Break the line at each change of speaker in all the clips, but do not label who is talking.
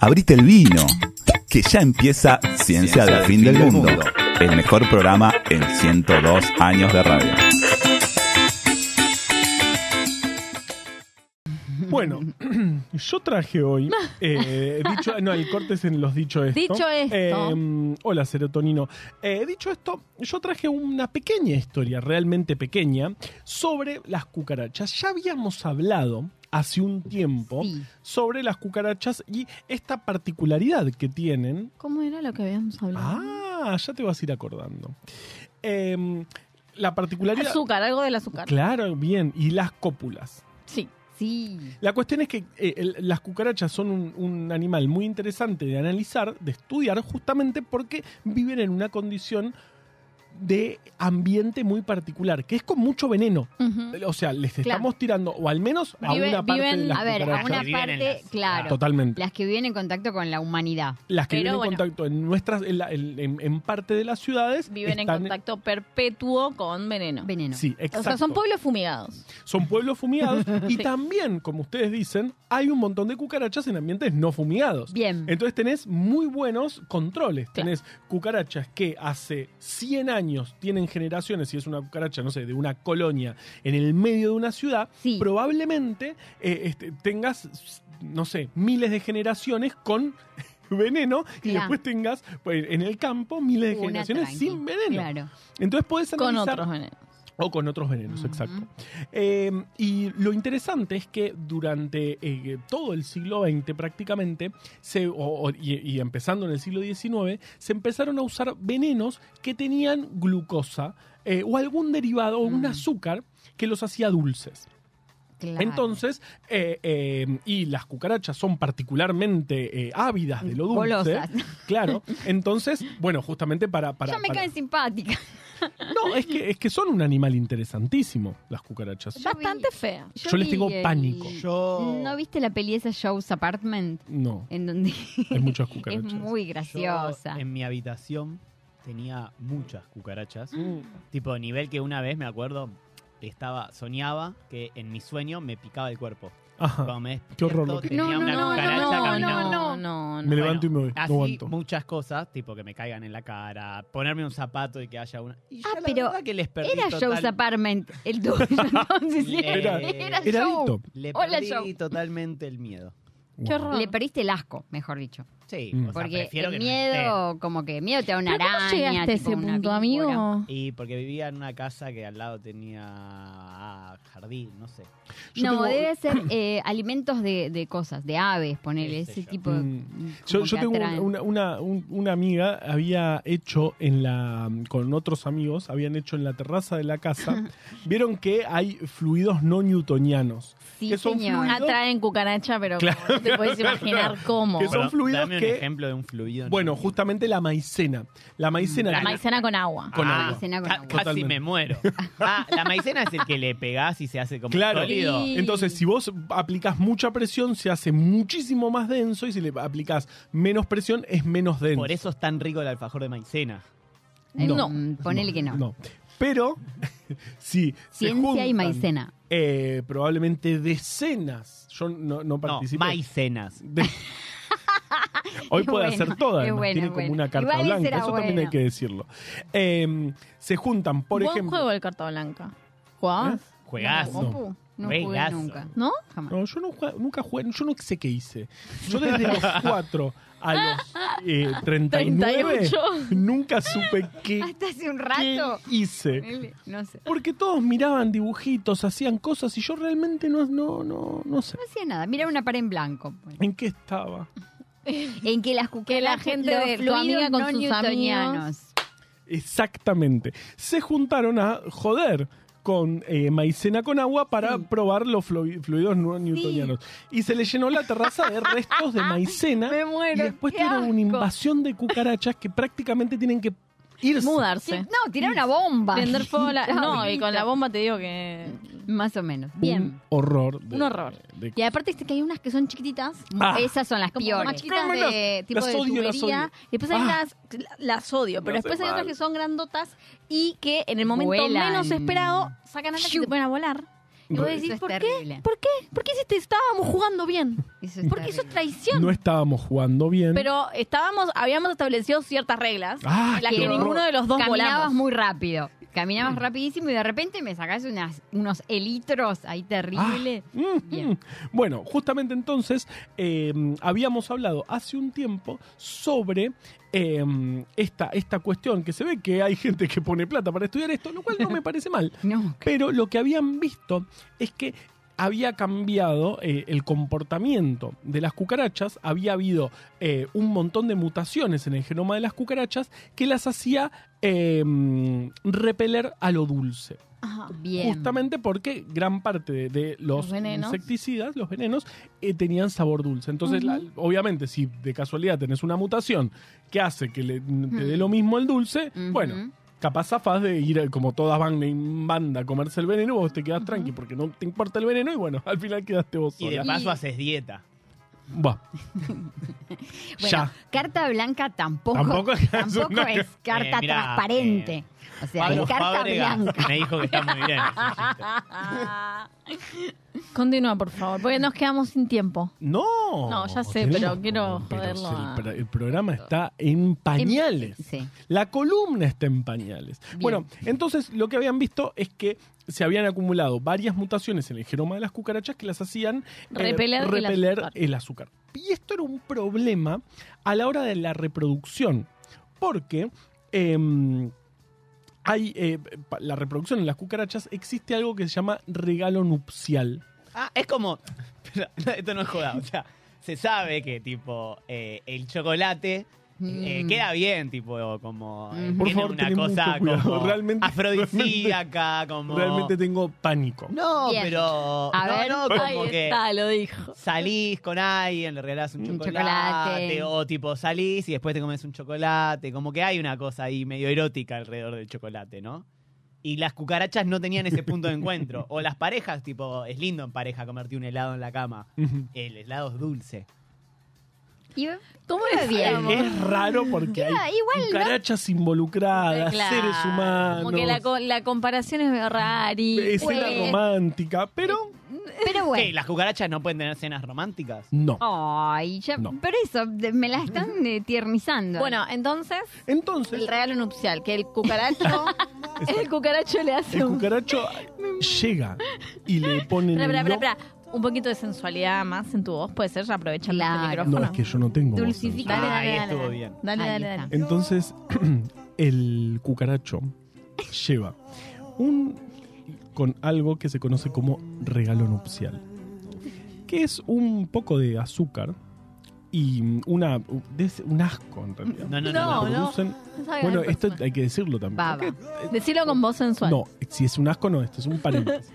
abrite el vino, que ya empieza Ciencia, del Fin del, mundo, el mejor programa en 102 años de radio.
Bueno, yo traje hoy. eh, dicho, no, el corte es en los dicho esto.
Dicho esto.
Eh, hola, serotonino. Eh, dicho esto, yo traje una pequeña historia, realmente pequeña, sobre las cucarachas. Ya habíamos hablado hace un tiempo
Sí.
sobre las cucarachas y esta particularidad que tienen
¿Cómo era lo que habíamos hablado?
Ah, ya te vas a ir acordando. Em, la particularidad.
azúcar, algo del azúcar.
Claro, bien. Y las cópulas.
Sí. Sí.
La cuestión es que eh, el- las cucarachas son un, un animal muy interesante de analizar, de estudiar, justamente porque viven en una condición de ambiente muy particular, que es con mucho veneno.
Ujú.
O sea, les
Claro.
estamos tirando, o al menos a
Vive-
una parte de
viven-
las
a ver, a
cucarachas.
una
viven en
parte,
las-
claro.
Totalmente.
Las que viven en contacto con la humanidad.
Las que
Pero
viven en
bueno.
contacto en nuestras, en, la- en- en- en parte de las ciudades.
Viven en
están-
contacto perpetuo con veneno.
Veneno.
Sí, exacto.
O sea, son pueblos fumigados.
son pueblos fumigados y
Sí.
también, como ustedes dicen, hay un montón de cucarachas en ambientes no fumigados.
Bien.
Entonces tenés muy buenos controles.
Claro.
Tenés cucarachas que hace 100 años tienen generaciones, si es una cucaracha, no sé, de una colonia en el medio de una ciudad,
Sí.
probablemente eh, este, tengas, no sé, miles de generaciones con veneno y
Claro.
después tengas pues, en el campo miles de
Una
generaciones
tranqui,
sin veneno.
Claro.
Entonces podés
Con
analizar
otros venenos.
o con otros venenos,
Ujú.
exacto. Eh, y lo interesante es que durante eh, todo el siglo XX prácticamente, se, o- o- y, y empezando en el siglo XIX, se empezaron a usar venenos que tenían glucosa eh, o algún derivado, o un
Mm.
azúcar que los hacía dulces.
claro.
Entonces, eh, eh, y las cucarachas son particularmente eh, ávidas de lo dulce.
Golosas.
Claro. Entonces, bueno, justamente para... para
ya me
para-
caen simpáticas.
No, es que, es que son un animal interesantísimo, las cucarachas.
Yo
Bastante
vi-
fea.
Yo les
vi
tengo pánico.
Yo.
¿No viste la peli esa Show's Apartment?
No,
En donde
hay muchas
es
cucarachas.
muy
yo
graciosa.
en mi habitación tenía muchas cucarachas.
Mm.
Tipo, nivel que una vez me acuerdo, estaba, soñaba que en mi sueño me picaba el cuerpo.
Ajá.
Cuando me
Ah. Qué horror lo
despierto,
que-
tenía
No, no,
una
no,
cucaracha
no,
caminando.
no, no, no.
Me levanto y me voy. No
Así
aguanto.
muchas cosas, tipo que me caigan en la cara, ponerme un zapato y que haya una. Y yo
Ah,
la
pero
verdad que les perdí
Era
total-
Show's Apartment el tuyo. Entonces, sí,
Era-
era,
Era
Show.
adicto.
Le
Hola,
perdí
Joe.
totalmente el miedo.
Qué horror.
Le perdiste el asco, mejor dicho.
Sí,
Mm.
o sea,
Porque
prefiero que
el
no esté.
miedo, como que miedo te da una
¿Pero cómo
araña.
llegaste a
tipo
ese
una
punto,
víbora.
amigo?
Y porque vivía en una casa que al lado tenía ah, jardín, no sé.
Yo
no,
tengo-
debe ser eh, alimentos de, de cosas, de aves, ponerle
Qué sé
ese
yo.
tipo
Mm.
de.
Yo,
como
yo
que
tengo un-
atraen.
una, una- un- una amiga, había hecho en la. con otros amigos, habían hecho en la terraza de la casa. Vieron que hay fluidos no newtonianos.
Sí,
que son
señor.
fluidos-
Atraen cucaracha, pero como no te puedes imaginar cómo.
Que son
Pero
fluidos
Dame un
que-
ejemplo de un fluido.
Bueno, justamente la maicena. La maicena.
La maicena con agua.
con
Ah,
agua.
maicena con
ca-
agua.
casi
Totalmente.
me muero. Ah, la maicena es el que le pegás y se hace como
Claro.
sólido.
Sí.
Entonces, si vos aplicás mucha presión, se hace muchísimo más denso y si le aplicás menos presión, es menos denso.
Por eso es tan rico el alfajor de maicena.
Eh,
No.
mm, Ponele que no.
Pero, si se
Ciencia y
juntan,
maicena.
eh, probablemente decenas. Yo no, no
No,
participé.
maicenas.
De- Hoy
Es
puede
bueno,
hacer todas.
es bueno,
tiene
es
como
bueno.
una carta
Igual ese
blanca.
era
Eso también hay
bueno.
que decirlo. Eh, se juntan, por
Buen
ejemplo. ¿eh?
juego el carta blanca. ¿Jugabas?
Juegazo.
No.
Compu, No jugué
Juegazo.
nunca.
¿No?
Jamás.
No, yo no jugué- nunca jugué, yo no sé qué hice. Yo desde los 4 a los eh, 39
38.
nunca supe qué,
Hasta hace un
qué
rato.
hice.
No sé.
Porque todos miraban dibujitos, hacían cosas y yo realmente no, no, no, no sé
No hacía nada. Mira una pared en blanco. ponele.
en qué estaba.
En que las cucarachas.
Que la gente
los
de- tu
fluidos
amiga con
no
sus
newtonianos.
Exactamente. Se juntaron a joder con eh, maicena con agua para probar los flu- fluidos no newtonianos. Y se le llenó la terraza de restos de maicena.
Me
y
muero.
después
qué
tuvieron
asco.
una invasión de cucarachas que prácticamente tienen que irse.
Sí,
Mudarse.
No, tirar una bomba.
Prender fuego la-
Chao,
No, y
listo.
con la bomba te digo que.
Más o menos.
Un
Bien.
horror. de-
Un horror.
de-
Y aparte este que hay unas que son chiquititas.
Ah.
Esas son las
Como
peores.
más chiquitas
Cómelas.
de tipo
Las
de
odio, las
tubería.
odio.
Y Después hay
Ah.
unas, las odio, pero
Me hace
después hay otras
mal.
que son grandotas y que en el momento
Vuelan.
menos esperado sacan alas y te
Shoo.
ponen a volar. Y vos decís,
Eso es
¿por qué?
terrible.
¿Por qué? ¿Por qué si te estábamos jugando bien?
Eso es
Porque eso es
terrible.
traición.
No estábamos jugando bien.
Pero estábamos, habíamos establecido ciertas reglas
Ah,
en las
qué
que
horror.
ninguno de los dos
Caminabas
volamos.
muy rápido.
Mm.
Caminabas rapidísimo y de repente me sacás unas, unos elitros ahí terribles.
Ah, mm,
Bien.
mm. Bueno, justamente entonces eh, habíamos hablado hace un tiempo sobre eh, esta, esta cuestión, que se ve que hay gente que pone plata para estudiar esto, lo cual no me parece mal.
No.
Pero lo que habían visto es que había cambiado eh, el comportamiento de las cucarachas, había habido eh, un montón de mutaciones en el genoma de las cucarachas que las hacía eh, repeler a lo dulce.
Ajá.
Bien.
Justamente porque gran parte de, de los,
Los venenos.
insecticidas, los venenos, eh, tenían sabor dulce. Entonces, la- obviamente, si de casualidad tenés una mutación que hace que le- te dé lo mismo el dulce,
Ujú.
bueno, capaz zafás de ir, eh, como todas van en banda, a comerse el veneno, vos te quedás tranqui porque no te importa el veneno y bueno, al final quedaste vos
Y de
sola.
pa-
paso haces dieta.
Buah.
Bueno,
ya.
carta blanca tampoco,
Tampoco
tampoco
es
es,
una-
carta
Eh, mirá,
transparente.
eh,
o sea, es carta
Fábregas
blanca.
me dijo que está muy bien. ese chiste.
Continúa, por favor, porque nos quedamos sin tiempo.
No.
No, ya sé, pero quiero joderlo
si el
a-
pro- el, programa está en pañales.
Em, Sí.
La columna está en pañales.
Bien.
Bueno, entonces lo que habían visto es que se habían acumulado varias mutaciones en el genoma de las cucarachas que las hacían eh,
Repeler el
repeler
azúcar.
el azúcar. Y esto era un problema a la hora de la reproducción, porque em, hay, eh, pa- la reproducción en las cucarachas existe algo que se llama regalo nupcial.
Ah, es como. pero, no, esto no es joda. O sea, se sabe que, tipo, eh, el chocolate eh,
Mm.
queda bien, tipo, como. eh,
Mm.
Por
tiene
favor,
una
tenés
cosa
mucho cuidado.
como.
Realmente-
Afrodisíaca, como.
Realmente tengo pánico.
No,
Bien.
pero.
A
no,
ver,
no,
Ahí
como que.
está, lo dijo.
Salís con alguien, le regalás un
Un
chocolate,
chocolate.
O tipo, salís y después te comes un chocolate. Como que hay una cosa ahí medio erótica alrededor del chocolate, ¿no? Y las cucarachas no tenían ese punto de encuentro. O las parejas, tipo, es lindo en pareja comerte un helado en la cama. El helado es dulce.
Iba-
¿Cómo
iba
decíamos?
Es raro porque hay
Iba- igual, ¿no?
cucarachas involucradas,
Claro,
seres humanos.
Como que la, co- la comparación es medio rari.
escena
Pues,
romántica, pero
Pero
¿Qué?
bueno.
¿Las cucarachas no pueden tener cenas románticas?
no.
Ay, ya,
No.
pero eso, de- me la están eh, tiernizando.
Bueno, entonces, el
Entonces,
regalo nupcial, que el cucaracho, el cucaracho le hace
el
un...
cucaracho llega y le ponen
Espera,
el
espera,
no-
espera, espera. Un poquito de sensualidad más en tu voz, puede ser, aprovechando
Claro.
este micrófono.
No, es que yo no tengo. voz
Dulcifica.
sensual.
Dale,
Ah,
dale,
ahí
dale,
estuvo
dale.
bien.
Dale,
Ahí
dale,
está.
dale.
Entonces, el cucaracho lleva un con algo que se conoce como regalo nupcial, que es un poco de azúcar y una es un asco en realidad.
No, no, no. no.
No, no.
Producen-
sabe
Bueno,
ganar
esto
personas.
hay que decirlo también.
Baba.
Creo que-
Decilo con voz sensual.
No, si es un asco, no, esto es un paréntesis.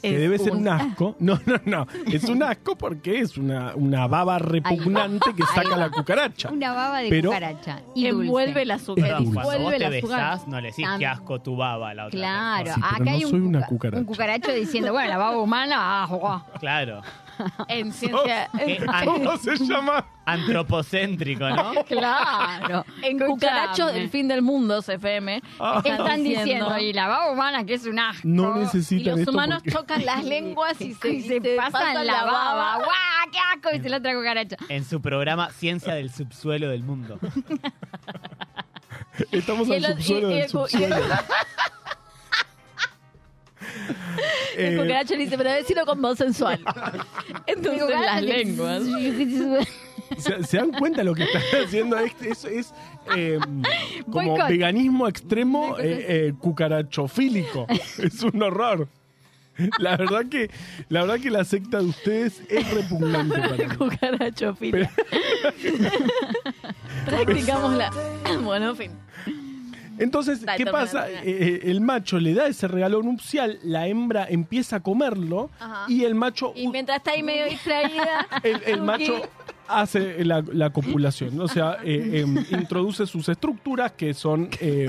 que debe ser un asco. No, no, no. Es un asco porque es una, una baba repugnante que saca la cucaracha.
una baba de
pero-
cucaracha. Y dulce.
Envuelve el
Ah,
azúcar.
Perdón, cuando vos
Envuelve el
te
azúcar.
besás, no le decís
Tam-
que asco tu baba a la otra
Claro,
Sí, pero
acá hay
no
un,
soy una
cuca-
cucaracha.
un cucaracho diciendo, bueno, la baba humana, ah, jugá.
persona. Claro.
En ciencia.
Qué
en-
an-
¿Cómo se llama?
antropocéntrico, ¿no?
Claro.
En cucaracho
Escuchame.
del fin del mundo, CFM.
Ah. Están diciendo, y la baba humana que es un asco.
No
Y
necesitan
los
esto.
humanos
porque-
chocan las lenguas y se,
Y se,
y se
pasan, la baba. ¡Guau, qué asco! Y se la otra cucaracha.
En su programa Ciencia del Subsuelo del Mundo.
Estamos
Y
al
el- y-
subsuelo
y
del
el cu- y el-
subsuelo.
El
Eh,
cucaracho le dice, pero decilo con voz sensual. Entonces las lenguas.
¿se, se dan cuenta lo que están haciendo? Es, es, es, eh, como
Boicot.
veganismo extremo eh, eh, cucarachofílico. Es un horror. La verdad que la verdad que la secta de ustedes es repugnante para mí.
cucaracho fila. Practicamos la... Bueno, en fin.
Entonces,
Dale,
¿qué
toma,
pasa?
toma.
Eh, eh, el macho le da ese regalo nupcial, la hembra empieza a comerlo
Ajá.
y el macho
Y mientras está ahí medio distraída...
el, el
Ok.
macho hace la, la copulación, o sea, eh, em, introduce sus estructuras que son... eh,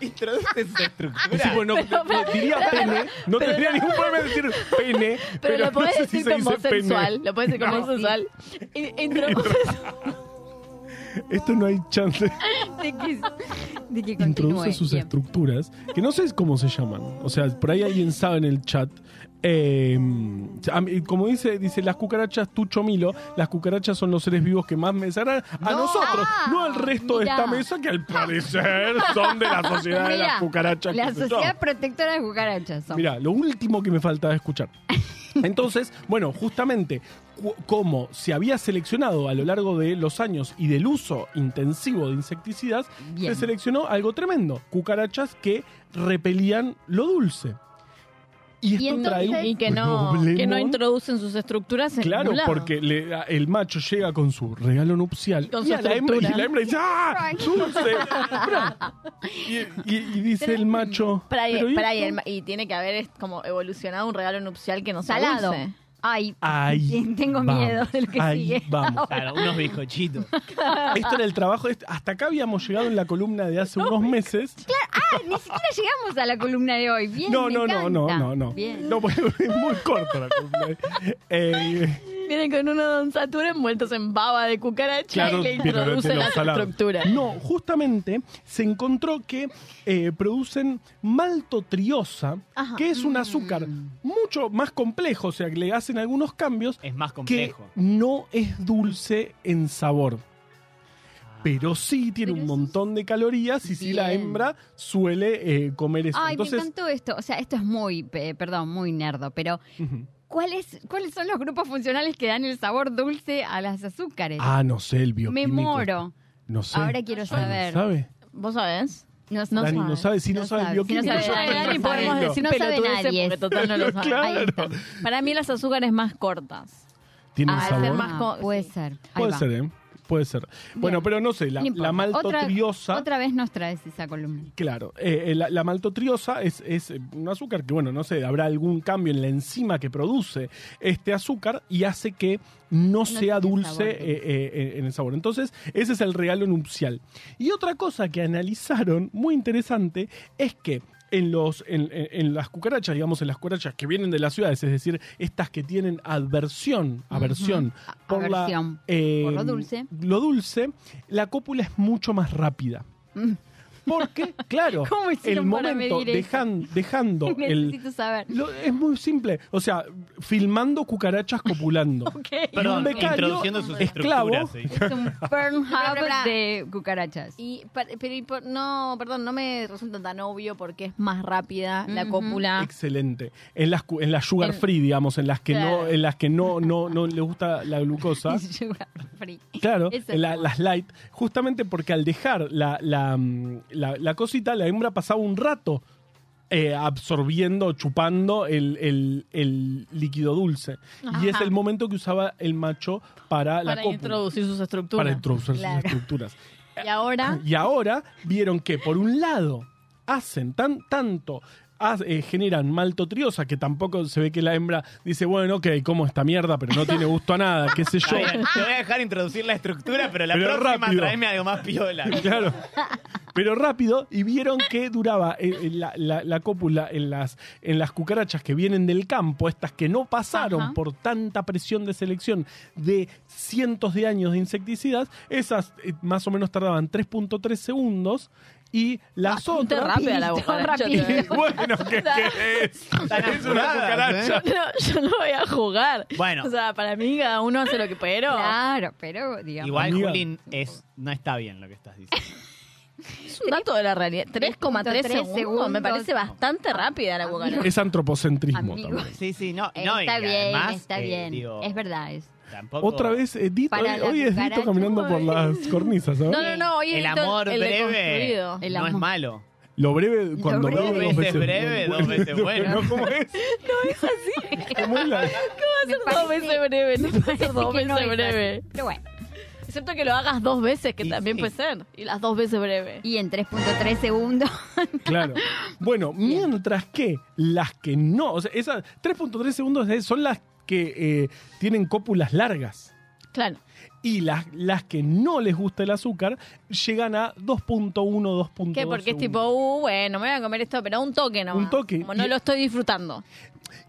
Introduce su estructura.
sí, bueno, no- diría pene, no tendría ningún problema en decir pene, pero,
Pero, lo podés
no sé si
decir
se
con
dice
voz
pene.
sensual. Lo podés decir con voz sensual. Y- introduces-
Esto no hay chance.
De que, de que
Introduce
continúe.
sus
Bien.
estructuras, que no sé cómo se llaman. O sea, por ahí alguien sabe en el chat. Eh, a mí, como dice, dice las cucarachas Tucho Milo, las cucarachas son los seres vivos que más me desagradan a
No.
nosotros,
Ah,
no al resto de
mirá.
esta mesa que al parecer son de la sociedad de
Mirá,
las cucarachas.
La
qué sé yo.
sociedad protectora de cucarachas. son.
Mira, lo último que me faltaba escuchar. Entonces, bueno, justamente cu- como se había seleccionado a lo largo de los años y del uso intensivo de insecticidas,
Bien.
se seleccionó algo tremendo, cucarachas que repelían lo dulce. Y esto
Y entonces-
trae un
Y que no, que no
problemón.
introducen sus estructuras en
Claro,
ningún lado.
porque le- a- el macho llega con su regalo nupcial
Y con
y,
su
a la hembra, y
estructura.
la hembra dice, ¡ah, dulce! y, y- y dice el macho,
Para y,
"¿Pero y
para y
esto?".
el- y tiene que haber es como evolucionado un regalo nupcial que no sea
Salado.
dulce.
Ay,
Ahí
tengo
vamos,
miedo de lo que
ahí
sigue.
vamos.
Claro, unos bizcochitos.
Esto era el trabajo. est- Hasta acá habíamos llegado en la columna de hace unos meses.
Ah, ni siquiera llegamos a la columna de hoy. Bien,
No,
me
no, no, no,
encanta.
no, no.
Bien.
No, porque es muy corta la columna. Eh,
Viene con una danzatura envueltos en baba de cucaracha
claro,
y le
pero de
introducen
los
las
salados.
estructuras.
No, justamente se encontró que eh, producen maltotriosa,
Ajá.
que es un
Mm.
azúcar mucho más complejo, o sea, que le hacen algunos cambios
Es más
que
complejo.
no es dulce en sabor. Pero sí tiene un montón de calorías y sí la
Bien.
hembra suele eh, comer eso.
Ay, me
Entonces,
encantó esto. O sea, esto es muy, pe- perdón, muy nerdo, pero
ujú.
¿cuáles, ¿cuáles son los grupos funcionales que dan el sabor dulce a las azúcares?
Ah, no sé, el
me
bioquímico.
moro.
No sé.
Ahora quiero
Ah, ¿no
saber.
¿Sabe?
¿Vos sabés?
No,
Dani no sabe, si no sabe el
Si no
bioquímico,
sabe
yo
nadie,
estoy
Dani,
no
podemos
sabe.
sabiendo.
decir
No sabe
pelotudeces
nadie.
porque total no lo sabe.
Ahí está.
claro.
Para mí las azúcares más cortas.
Tiene
Ah,
ser
sabor.
más co-
puede
sí.
ser. Ahí
Puede
va.
ser, ¿eh? Puede ser. Bueno, pero no sé, la,
No
la
importa.
maltotriosa.
Otra, otra vez nos traes esa columna.
Claro, eh, eh, la, la maltotriosa es, es eh, un azúcar que, bueno, no sé, habrá algún cambio en la enzima que produce este azúcar y hace que no, sea
tiene
dulce
sabor,
eh, eh, eh, en el sabor. Entonces, ese es el regalo nupcial. Y otra cosa que analizaron, muy interesante, es que en, los, en, en- en las cucarachas, digamos, en las cucarachas que vienen de las ciudades, es decir, estas que tienen adversión, aversión, por, la,
Aversión.
eh,
Por lo dulce.
lo dulce, la cópula es mucho más rápida. Porque, claro,
¿Cómo
el
hicieron para
momento
medir eso?
dejan- dejando el...
Necesito saber.
lo- es muy simple. O sea, filmando cucarachas copulando.
Perdón,
becario
introduciendo sus
esclavo.
estructuras. sí.
Es un burn
bla.
hub de cucarachas.
Y, pa- pero, y por- no, perdón, no me resulta tan obvio porque es más rápida la
Ujú.
cópula.
Excelente. En las, cu- en las sugar free, digamos, en las que no,
Claro.
en las que no, no, no le gusta la glucosa.
ah,
Sugar free.
Claro,
Eso.
la- las light, justamente porque al dejar la, la, mm, la- la cosita, la hembra pasaba un rato eh, absorbiendo, chupando el, el- el líquido dulce. Y es el momento que usaba el macho para, la
Para
cópula,
introducir sus estructuras.
para introducir sus estructuras.
Y
Ah.
ahora,
Y ahora vieron que, por un lado, hacen tan, tanto, haz- eh, generan maltotriosa, que tampoco se ve que la hembra dice, bueno, ok, como esta mierda, pero no tiene gusto a nada, qué sé
Está
yo.
bien, te voy a dejar introducir la estructura, pero la
Pero
próxima
rápido.
traeme algo más piola.
Claro. Pero rápido, y vieron que duraba eh, eh, la, la- la cópula en las, en las cucarachas que vienen del campo, estas que no pasaron
Ajá.
por tanta presión de selección de cientos de años de insecticidas, esas eh, más o menos tardaban 3.3 segundos, y las
bastante
otras...
rápida la cucaracha.
rápido.
te
Y
digo.
bueno, ¿qué querés?
Están
Es una
apuradas,
cucaracha.
No, yo no voy a jugar.
Bueno.
O sea, para mí cada uno hace lo que pero.
Claro, pero
¿eh?
digamos.
Igual,
Amiga.
Julín, es, no está bien lo que estás diciendo.
Es un dato de la realidad. 3,3
3,3
segundos. Me parece bastante rápida la cucaracha.
Es antropocentrismo.
Amigos.
también.
Sí, sí, no.
Eh,
no y
está bien,
además,
está
eh,
bien.
digo,
es verdad es.
Tampoco
Otra vez, eh, Dito,
Para
hoy,
la
hoy es Dito
cucaracha,
caminando por
hoy.
las cornisas, ¿sabes?
No, no, no. Hoy
El
edito el
amor breve
deconstruido.
El
no es
amor.
malo.
Lo breve cuando breve,
breve. Dos
dos
veces
veces
breve, dos veces bueno.
No, ¿cómo es? ¿Cómo es la-
Me
Dos
parece-
veces breve. No puede ser
parece
dos
que no
veces
es
breve.
así. Pero bueno.
Excepto que lo hagas dos veces, que
Y
también
sí.
puede ser. Y las dos veces breve.
Y en 3.3 segundos.
Claro. Bueno, mientras que las que no, o sea, esas 3.3 segundos es- son las que eh, tienen cópulas largas.
Claro.
Y las, las que no les gusta el azúcar llegan a 2.1, 2.2.
¿Qué? Porque es
segundos.
tipo, uh, bueno, me voy a comer esto, pero un toque nomás.
Un toque.
Como no
Y-
lo estoy disfrutando.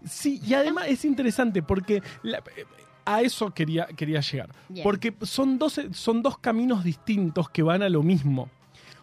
Sí, y además es interesante porque la- eh, a eso quería, quería llegar.
Bien.
Porque son dos, son dos caminos distintos que van a lo mismo.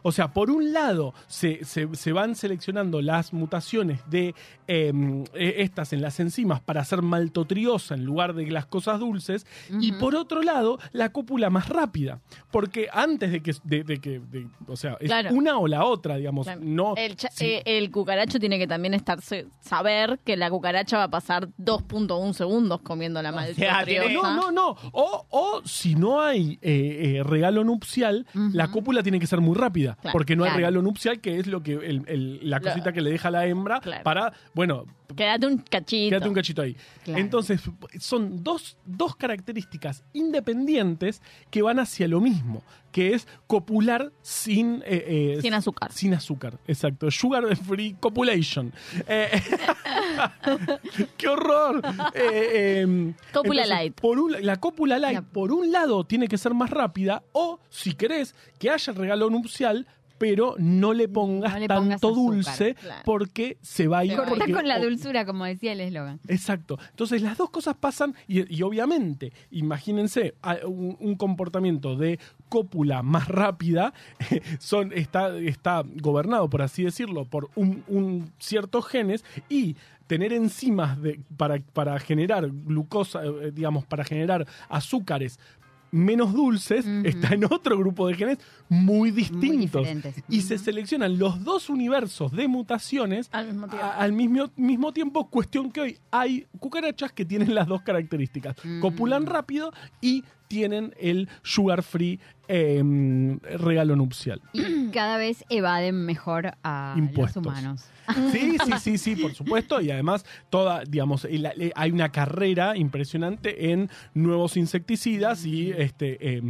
O sea, por un lado se, se- se van seleccionando las mutaciones de eh, eh, estas en las enzimas para hacer maltotriosa en lugar de las cosas dulces. Y por otro lado, la cópula más rápida. Porque antes de que. de- de que- de- o sea, es
Claro.
una o la otra, digamos.
Claro.
No,
El, cha-
sí.
eh, el cucaracho tiene que también estarse saber que la cucaracha va a pasar 2.1 segundos comiendo la
sea, tiene-
maltotriosa.
No, no, no. O, o si no hay eh, eh, regalo nupcial, la cópula tiene que ser muy rápida.
Claro,
porque no hay
claro.
regalo nupcial, que es lo que el- el- la
Lo-
cosita que le deja la hembra
Claro.
para, bueno,
Quédate un cachito.
quédate un cachito ahí.
Claro.
Entonces, son dos, dos características independientes que van hacia lo mismo, que es copular sin... eh, eh,
Sin azúcar.
Sin azúcar, exacto. Sugar free copulation. Eh, ¡Qué horror! Eh, eh,
Cópula light.
Por un- la cópula light,
La-
por un lado, tiene que ser más rápida, o si querés, que haya el regalo nupcial, pero no le pongas
No le
tanto
pongas azúcar,
dulce
claro.
porque se va a ir.
Cortá
Cortás
porque-
con la
o-
dulzura, como decía el eslogan.
Exacto. Entonces las dos cosas pasan y, y obviamente, imagínense a- un, un comportamiento de cópula más rápida, son, está, está gobernado, por así decirlo, por un, un ciertos genes y tener enzimas de- para, para generar glucosa, eh, digamos, para generar azúcares menos dulces, está en otro grupo de genes muy distintos.
diferentes.
y se seleccionan los dos universos de mutaciones
Al mismo tiempo.
a- al mismo, mismo tiempo, cuestión que hoy hay cucarachas que tienen las dos características. Copulan rápido y tienen el sugar free eh, regalo nupcial.
Y cada vez evaden mejor a
Impuestos.
los humanos.
Sí, sí, sí, sí, por supuesto. Y además, toda, digamos, el- el- hay una carrera impresionante en nuevos insecticidas y este eh,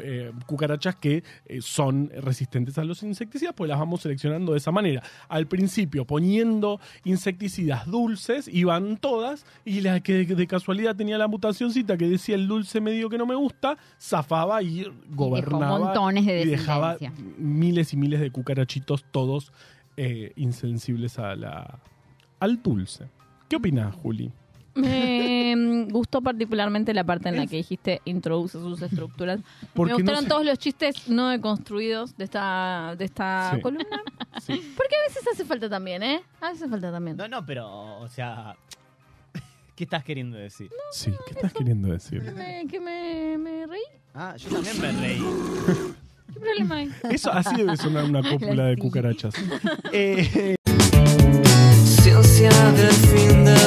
eh, cucarachas que eh, son resistentes a los insecticidas, pues las vamos seleccionando de esa manera. Al principio, poniendo insecticidas dulces, iban todas, y la que de, de casualidad tenía la mutacioncita que decía el dulce medio que no me gusta, zafaba y gobernaba.
montones de
y dejaba
descendencia.
miles y miles de cucarachitos, todos eh, insensibles a la, al dulce. ¿Qué opinas, Juli?
Me mm, gustó particularmente la parte en la que dijiste introduce sus estructuras. Me
Porque no
gustaron
se-
todos los chistes no deconstruidos de esta, de esta
Sí.
columna.
Sí.
Porque a veces hace falta también, ¿eh? A veces hace falta también.
No, no, pero, o sea. ¿Qué estás queriendo decir?
Sí, ¿qué estás queriendo decir?
Me- que me, me reí.
Ah, yo también me reí.
¿Qué problema hay?
Eso así debe sonar una cópula de cucarachas. Eh,
Ciencia del fin del